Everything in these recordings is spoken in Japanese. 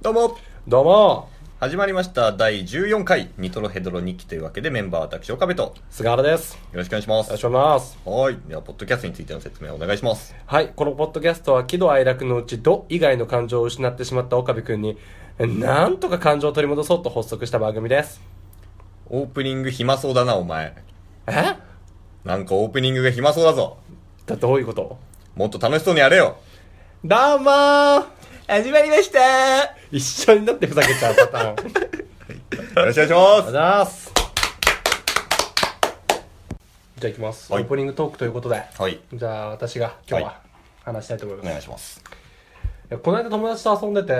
どうもどうも始まりました第14回ニトロヘドロ日記というわけでメンバーは私岡部とよ菅原ですろしくお願いしまおす願いしますはいではポッドキャストについての説明をお願いしますはいこのポッドキャストは喜怒哀楽のうち「ど」以外の感情を失ってしまった岡部君になんとか感情を取り戻そうと発足した番組ですオープニング暇そうだなお前えなんかオープニングが暇そうだぞだどういうこともっと楽しそうにやれよどうもー始まりましたよ一緒になってふざけちゃうパターンありがとうろしくお願いごしざいまますじゃあいきます、はいオープニングトークということですはいじゃあ私が今はい日は話したいと思いまおす、願いしますいやこの間友達と遊んでて、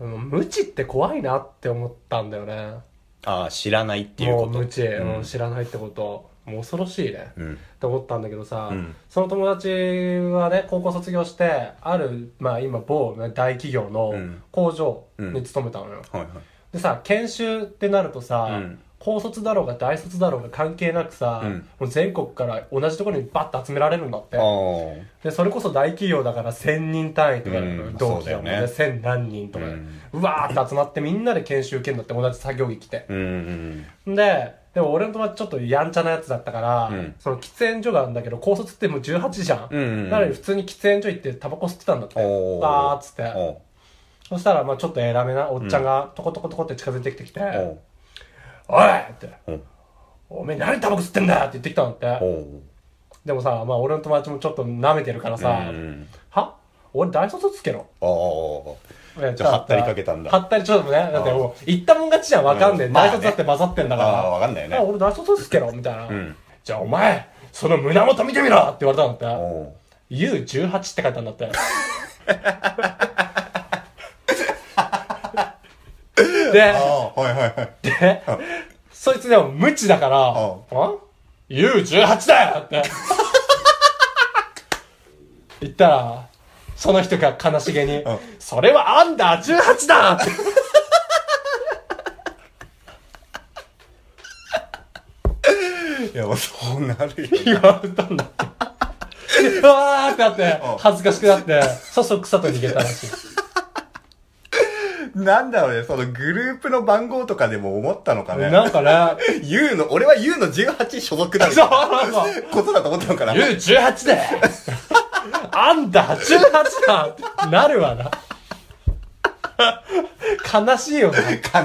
うん無知って怖いなって思ったんだよねああ知らないっていうもこうと無知、うんうん知らないってこともう恐ろしいね、うんって思ったんだけどさ、うんその友達はね高校卒業してある、まあ、今某ね大企業のうん工場に勤めたのよ、はいはいでさ研修ってなるとさ、うん高卒だろうが大卒だろうが関係なくさ、うんもう全国から同じところにバッと集められるんだってああでそれこそ大企業だから1000人単位とかだようん同期だもそんうだよねね1000何人とかでうんうわーって集まってみんなで研修受けるんだって同じ作業着着てうんうんででも俺の友達ちょっとやんちゃなやつだったから、うんその喫煙所があるんだけど高卒ってもう18時じゃん、うんうんうんなのに普通に喫煙所行ってタバコ吸ってたんだっておーバーっつっておそしたらまあちょっと偉めなおっちゃんがトコトコトコって近づいてきてきて「うおうおい!」っておう「おめえ何タバコ吸ってんだよ!」って言ってきたんだっおてうでもさ、まあ、俺の友達もちょっと舐めてるからさ「うんは俺大卒つけろ」ああじじゃあはったりかけたんだはったりちょっとねだってもう言ったもん勝ちじゃんわかんねえ、うんまあね大卒だって混ざってんだからああわかんないよねあ俺大卒ですけどみたいな、んじゃあお前その胸元見てみろって言われたんだっておう U18 って書いてあるんだっ てでああはいはいはいでそいつでも無知だからう「んあ U18 だよ!」って 言ったらその人が悲しげにん「それはアンダー18だ!」って いや、もうそうなるよ。言われたんだって。うわーってなってうん、恥ずかしくなって、そそくさと逃げたらしい。なんだろうね、そのグループの番号とかでも思ったのか ね。なんかね、 U の、俺は U の18所属だみそたういなそうそう。ことだと思ったのかな。 U18 でアンダー18だってなるわな。悲しいよな。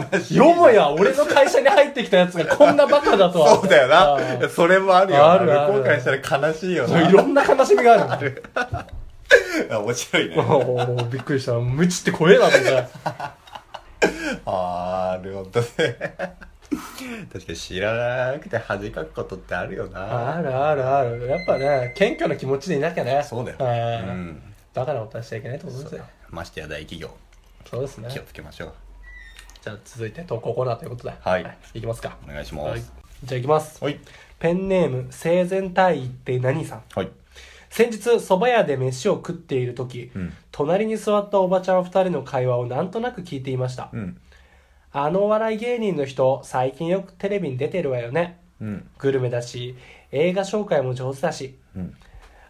悲しい。よもや俺の会社に入ってきたやつがこんなバカだとは。そうだよあな。それもあるよな。あるある後悔したら悲しいよー。な。いろんな悲しみがある。あ面白いね。おーびっくりした。無知って怖えな、みたいな。あー、なるほどね。 確かに知らなくて恥かくことってあるよな。あるあるある。やっぱね、謙虚な気持ちでいなきゃね。そうだよ。はいうん。バカなことはしちゃいけないってことですよ。ましてや大企業、そうですね。気をつけましょう。じゃあ続いて投稿コーナーということで。はいいきますか。お願いします。じゃあいきます。はい。ペンネーム、生前退位って何さん。はい。先日、蕎麦屋で飯を食っている時、うん隣に座ったおばちゃん二人の会話をなんとなく聞いていました。うん。あのお笑い芸人の人、最近よくテレビに出てるわよね。うん。グルメだし、映画紹介も上手だし、うん。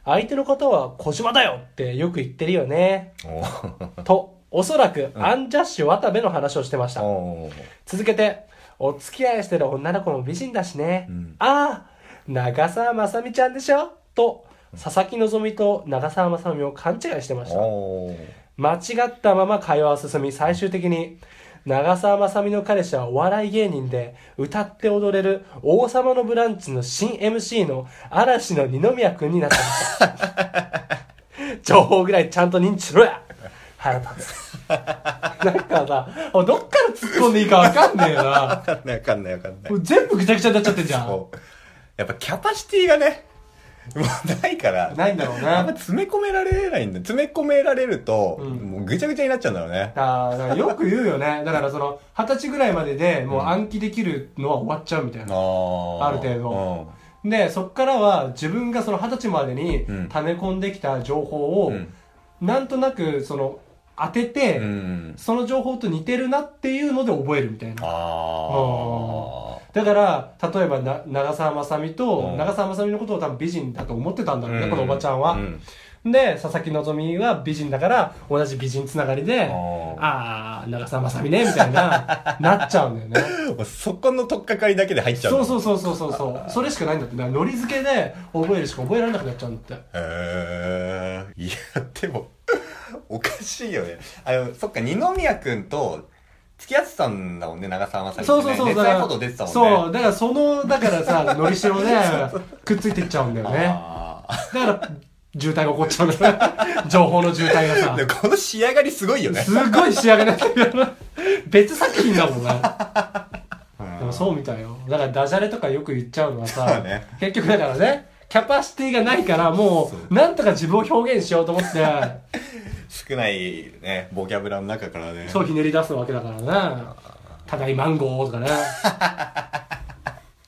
相手の方は小島だよってよく言ってるよね。お ーと、おそらく、アンジャッシュ渡部の話をしてました。おー続けて、お付き合いしてる女の子も美人だしね。うんああ、長澤まさみちゃんでしょと、佐々木希と長澤まさみを勘違いしてました。おー間違ったまま会話は進み、最終的に、長澤まさみの彼氏はお笑い芸人で、歌って踊れる王様のブランチの新 MC の嵐の二宮くんになってました。情報ぐらいちゃんと認知しろや腹立つ。なんかさ、どっから突っ込んでいいかわかんねえな。わかんないわかんないわかんないも。う全部ぐちゃぐちゃになっちゃってんじゃん。こうやっぱキャパシティがね、もうないから。ないんだろうあんまな。詰め込められないんだ。詰め込められると、うんもうぐちゃぐちゃになっちゃうんだろうね。あーだからよく言うよね。だからその、二十歳ぐらいまででもう暗記できるのは終わっちゃうみたいあな。ーある程度で、そっからは自分がその二十歳までにうん溜め込んできた情報を、うんなんとなくその、当てうん。うて、ん。その情報と似てるなっていうので覚えるみたいな。あだから、例えばな、長澤まさみうと、ん長澤まさみのことを多分美人だと思ってたんだあ。ろうね、このおばちゃんは。うんで佐々木希は美人だから同じ美人つながりでおーああ長澤まさみねみたいな なっちゃうんだよねもうそこの取っかかりだけで入っちゃうそうのそうそうそうそうそうそれしかないんだってなノリ付けで覚えるしか覚えられなくなっちゃうんだってへえいやでもおかしいよねあのそっか二宮君と付き合ってたんだもんね長澤まさみってそねうそうそう熱だか愛ら報道出てたもんねそうだからそのだか らさのりしろでくっついていっちゃうんだよねあだから渋滞が起こっちゃうんだよ ね情報の渋滞がーさでもこの仕上がりすごいよねすごい仕上げなってるよな別作品だもんなうんでもそうみたいよだからダジャレとかよく言っちゃうのはそうさ、だね結局だからねキャパシティがないからもうなんとか自分を表現しようと 思って少ないねボキャブラの中からねそうひねり出すわけだからなただいマンゴーとか ね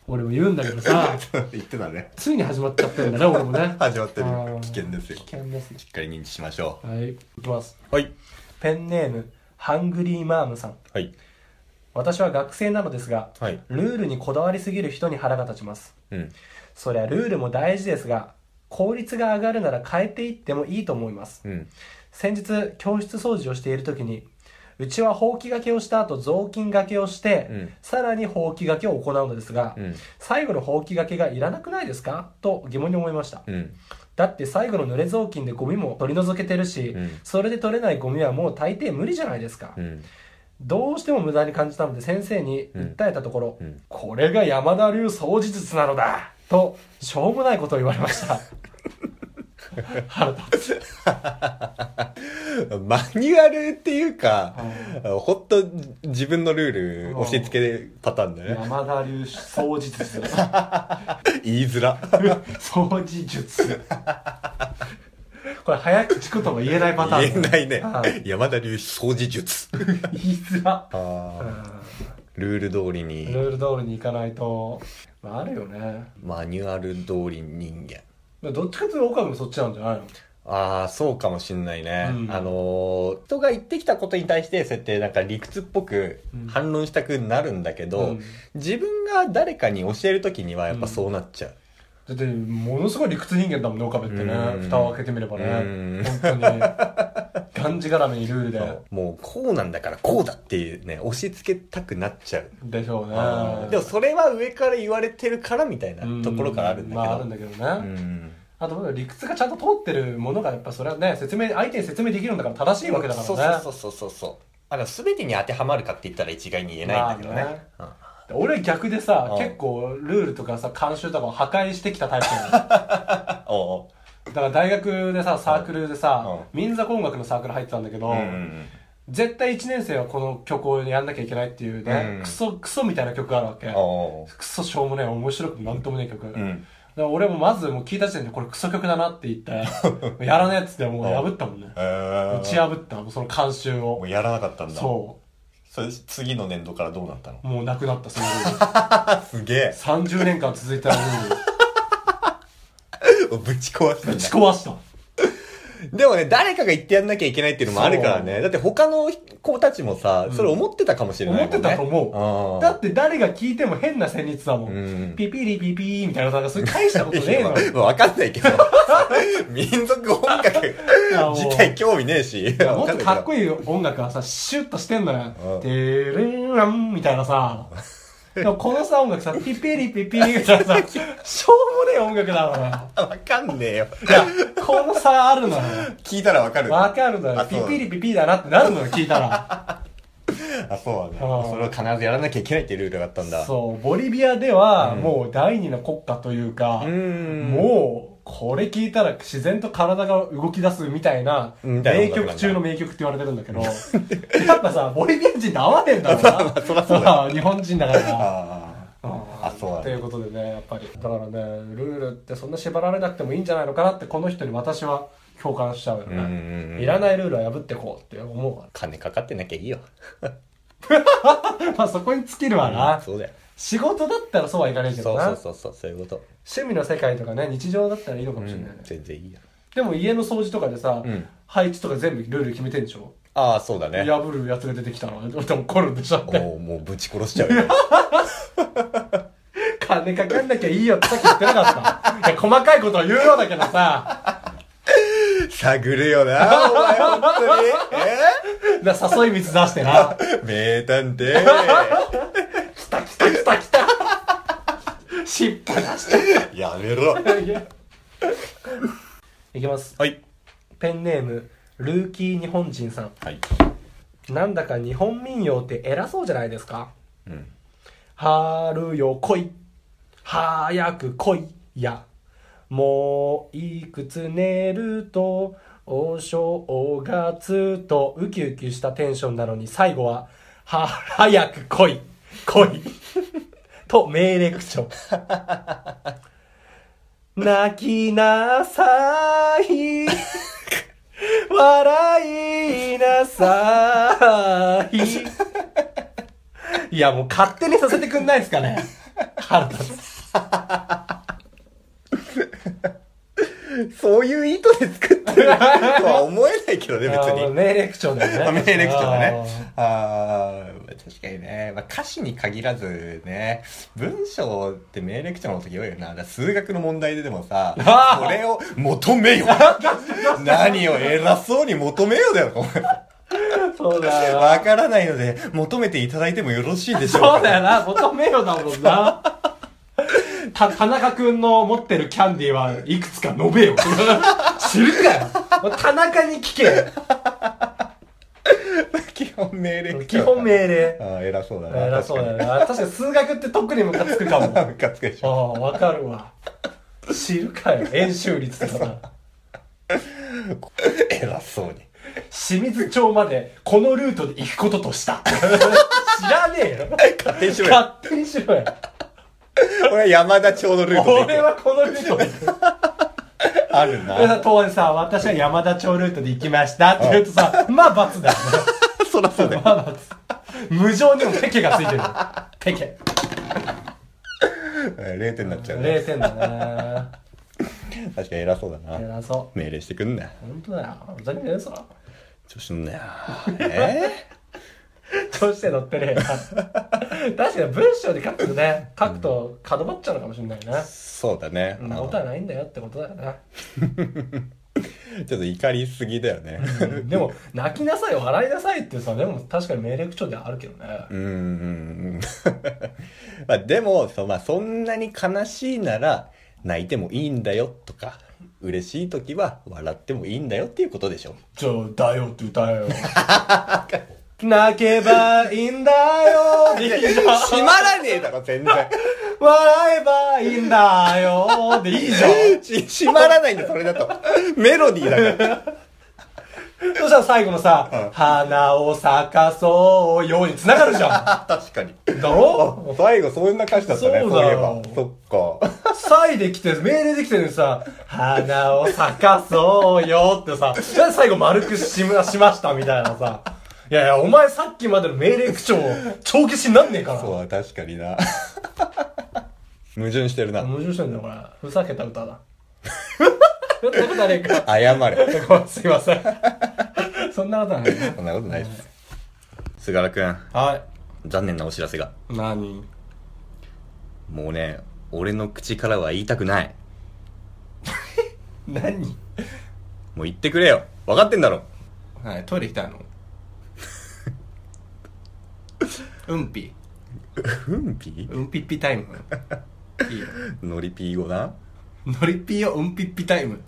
俺も言うんだけどさ 言ってたねついに始まっちゃってるんだね俺も ね始まってるうん危険ですよ危険ですしっかり認知しましょはいいきますうはいペンネームハングリーマームさんはい私は学生なのですが、はいルールにこだわりすぎる人に腹が立ちますうんそりゃルールも大事ですが効率が上がるなら変えていってもいいと思いますうん先日教室掃除をしている時にうちはほうきがけをした後雑巾がけをして、うんさらにほうきがけを行うのですが、うん最後のほうきがけがいらなくないですかと疑問に思いました、うんだって最後の濡れ雑巾でゴミも取り除けてるし、うんそれで取れないゴミはもう大抵無理じゃないですか、うんどうしても無駄に感じたので先生に訴えたところ、うんうんこれが山田流掃除術なのだとしょうもないことを言われました腹立つマニュアルっていうか、ほんと自分のルール押し付けるパターンだね。山田流掃除 術言いづら。掃除術これ早口言葉言えないパターン言えないねは。山田流掃除術。言いづらあールール通りルに、ール通りにいかないと、まあ、あるよねマニュアル通り人間。どっちかというと岡部もそっちなんじゃないのああ、そうかもしんないね。うんあのー人が言ってきたことに対して、そうやってなんか理屈っぽくうん反論したくなるんだけど、うん自分が誰かに教えるときにはやっぱそうなっちゃう。だってものすごい理屈人間だもんね岡部ってねうん蓋を開けてみればねうん本当にがんじがらめにルールでもうこうなんだからこうだっていうね、押し付けたくなっちゃう。でしょうあねーでもそれは上から言われてるからみたいなうんところからあるんだけど。まああるんだけどね、うんあと理屈がちゃんと通ってるものがやっぱそれはね説明相手に説明できるんだから正しいわけだからねそうそうそうそうそう。あの、すべてに当てはまるかって言ったら一概に言えないんだけどね。で俺逆でさ、うん結構ルールとかさ慣習とかを破壊してきたタイプなのだかあおうら大学でさサークルでさ、う民族音楽のサークル入ってたんだけど、おう。うん絶対1年生はこの曲をやんなきゃいけないっていうね、うんクソクソみたいな曲があるわけ、おうクソしょうもねえ面白くもなんともねえう曲、だかん。ら俺もまずもう聞いた時点でこれクソ曲だなって言っ てやらねえっつってもう破ったもんねえー打ち破ったもうその慣習もをうやらなかったんだ。そそれ次の年度からどうなったのうもうなくなったそのルールあ、 すげ え。 30年間続いたルールぶち壊したぶんだち壊したでもね、誰かが言ってやんなきゃいけないっていうのもあるからそね。だって他の子たちもさ、うんそれ思ってたかもしれないもんね。思ってたと思思だって誰が聞いても変な旋律だもん、うんピピリピピーみたいななんかそれ大したことね えのいやまあわかんないけど。民族音楽やもう自体興味ねえし。いやもっとかっこいいいい音楽はさ、シュッとしてんのよん。てれらんみたい なさ。でもこのさ、音楽さ、ピピリピピリみたいなさ、しょうもねえ音楽なのよ。。わかんねえよ。 いや、この差あるのよ。聞いたらわかる。わかるのあよ。ピそうピリピピだなってなるのよ、聞いたら。あ、そうだうんね。それを必ずやらなきゃいけないっていうルールがあったんだ。そう、ボリビアでは、もう第二の国家というか、うんもう、これ聞いたら自然と体が動き出すみたいな、みたいな音名楽なんだ曲中の名曲って言われてるんだけど、やっぱさ、ボリビア人と合わねえん だろうな。そりゃそうだよ 日本人だからな。あああそうだねということでねやっぱりだからねルールってそんな縛られなくてもいいんじゃないのかなってこの人に私は共感しちゃうようんうんうんねいらないルールは破ってこうって思うわ あ。金かかってなきゃいいよ。まあそこに尽きるわな、そうだよ。仕事だったらそうはいかないけそどうなそうそうそう、そういうこと。趣味の世界とかね日常だったらいいのかうもしれないね、ん、全然いいよ。でも家の掃除とかでさ、うん配置とか全部ルール決めてんでしょああ、そうだね。破るやつが出てきたらでも怒るんでしょっておうもうぶち殺しちゃうよ。金かかんなきゃいいよってさっき言ってなかったいや細かいことは言うようだけどさ探るよな、お前、本当に。 な誘い水出してな。え名探偵。来た来た来た来た。尻尾出しやめろ。た。いきます。はい。ペンネーム、ルーキー日本人さん。はい。なんだか日本民謡って偉そうじゃないですか。うん。春よ来い早く来いやもういくつ寝るとお正月とウキウキしたテンションなのに最後は「は早く来い来い」 と命令口調 泣きなさい笑いなさいいや、もう勝手にさせてくんないですか ね。腹立つ。そういう意図で作ってるとは思えないけどね、別あーに。命令口調 だまあよね。命令口調だね。ああ、確かにね。まあ、歌詞に限らずね、文章って命令口調の時多いよな。だから数学の問題ででもさ、あーこれを求め よ。何を偉そうに求めよだよ、お前あー。そうだよな。わからないので、求めていただいてもよろしいでしょうか。そうだよな。求めよだもんな。た、田中くんの持ってるキャンディーはいくつか述べ よ。知るかよ。田中に聞け。 基本命令口調基本命令。ああ、偉そうだな。偉そうだな。な。確かに数学って特にムカつく かも。ムカつくでしあょ。あ、わかるわ。知るかよ。演習率とかさ。 偉そうに。清水町までこのルートで行くこととした。知らねえよ。勝手にしろよ。勝手にしろよ。俺は山田町のルートで俺行はこのルートで行く。く。ある俺 な。さ当時さ、私は山田町ルートで行きましたって言うとさ、まあ罰だよ。そら そうだよ。まあ罰。無情にもペケがついてるよ。ペケ。 0点になっちゃうね。 0点だな確かに偉そうだな。偉そう。命令してくんな。本当だよ。ふざけてるぞ。調子乗んなよ。えどうして乗ってねえよ。確かに文章で書くとね、書くと角張っちゃうのかもしれないな。そうだね。そんなことはないんだよってことだよな。ちょっと怒りすぎだよね。でも、泣きなさい、笑いなさいってさ、でも確かに命令口調ではあるけどね。 うーん。 まあでも、そうまあ、そんなに悲しいなら泣いてもいいんだよとか、嬉しい時は笑ってもいいんだよっていうことでしょ。じゃあ、だよって歌えよ。 泣けばいいんだよ。でいいじゃん。閉まらねえだろ、全然。笑えばいいんだよ。でいいじゃん。し閉まらないんだ、それだと。メロディーだから。そしたら最後のさ、花を咲かそうように繋がるじゃあ、確かに。ん。だろ最後、そんな歌詞だったね、そうそういだえよば。そっか。サイできて、命令できてるのにさ、花を咲かそうよってさ、なんで最後丸くしましましたみたいなさ。いやいや、お前さっきまでの命令口調、帳消しになんねえから。そうだ、確かにな。矛盾してるな。矛盾してんだよ、これ。ふざけた歌だ。そんなことねえか。謝れ。ごめんすいません。そんなことはない。そんなことないです。菅原くん、はい。残念なお知らせが。何もうね、俺の口からは言いたくない。何もう言ってくれよ。分かってんだろ。はい、トイレ行きた いのうんぴ。うんぴうんぴっぴタイム。いいよ。のりぴー語なノリピーようんぴっぴタイム。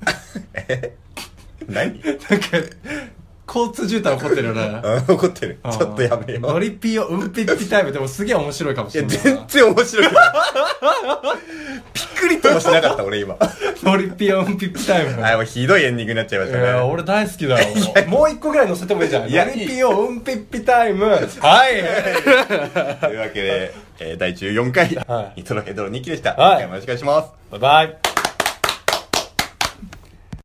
何なんか、交通渋滞起こってるよね。あ怒ってる。 ちょっとやめよノう。リピーようんぴっぴタイムでもすげえ面白いかもしいや、れない全然面白くない。ピクリともしなかった、俺今。ノリピーようんぴっぴタイ ム。あ、もうひどいエンディングになっちゃいまいしたね。や俺大好きだよ。もう一個ぐらい乗せてもいいじゃん。いやノリピーようんぴっぴタイム。はい。というわけで、えー第14回、はいニトロヘドロ2期でした。は今い回もよろしくお願いします。バイバイ。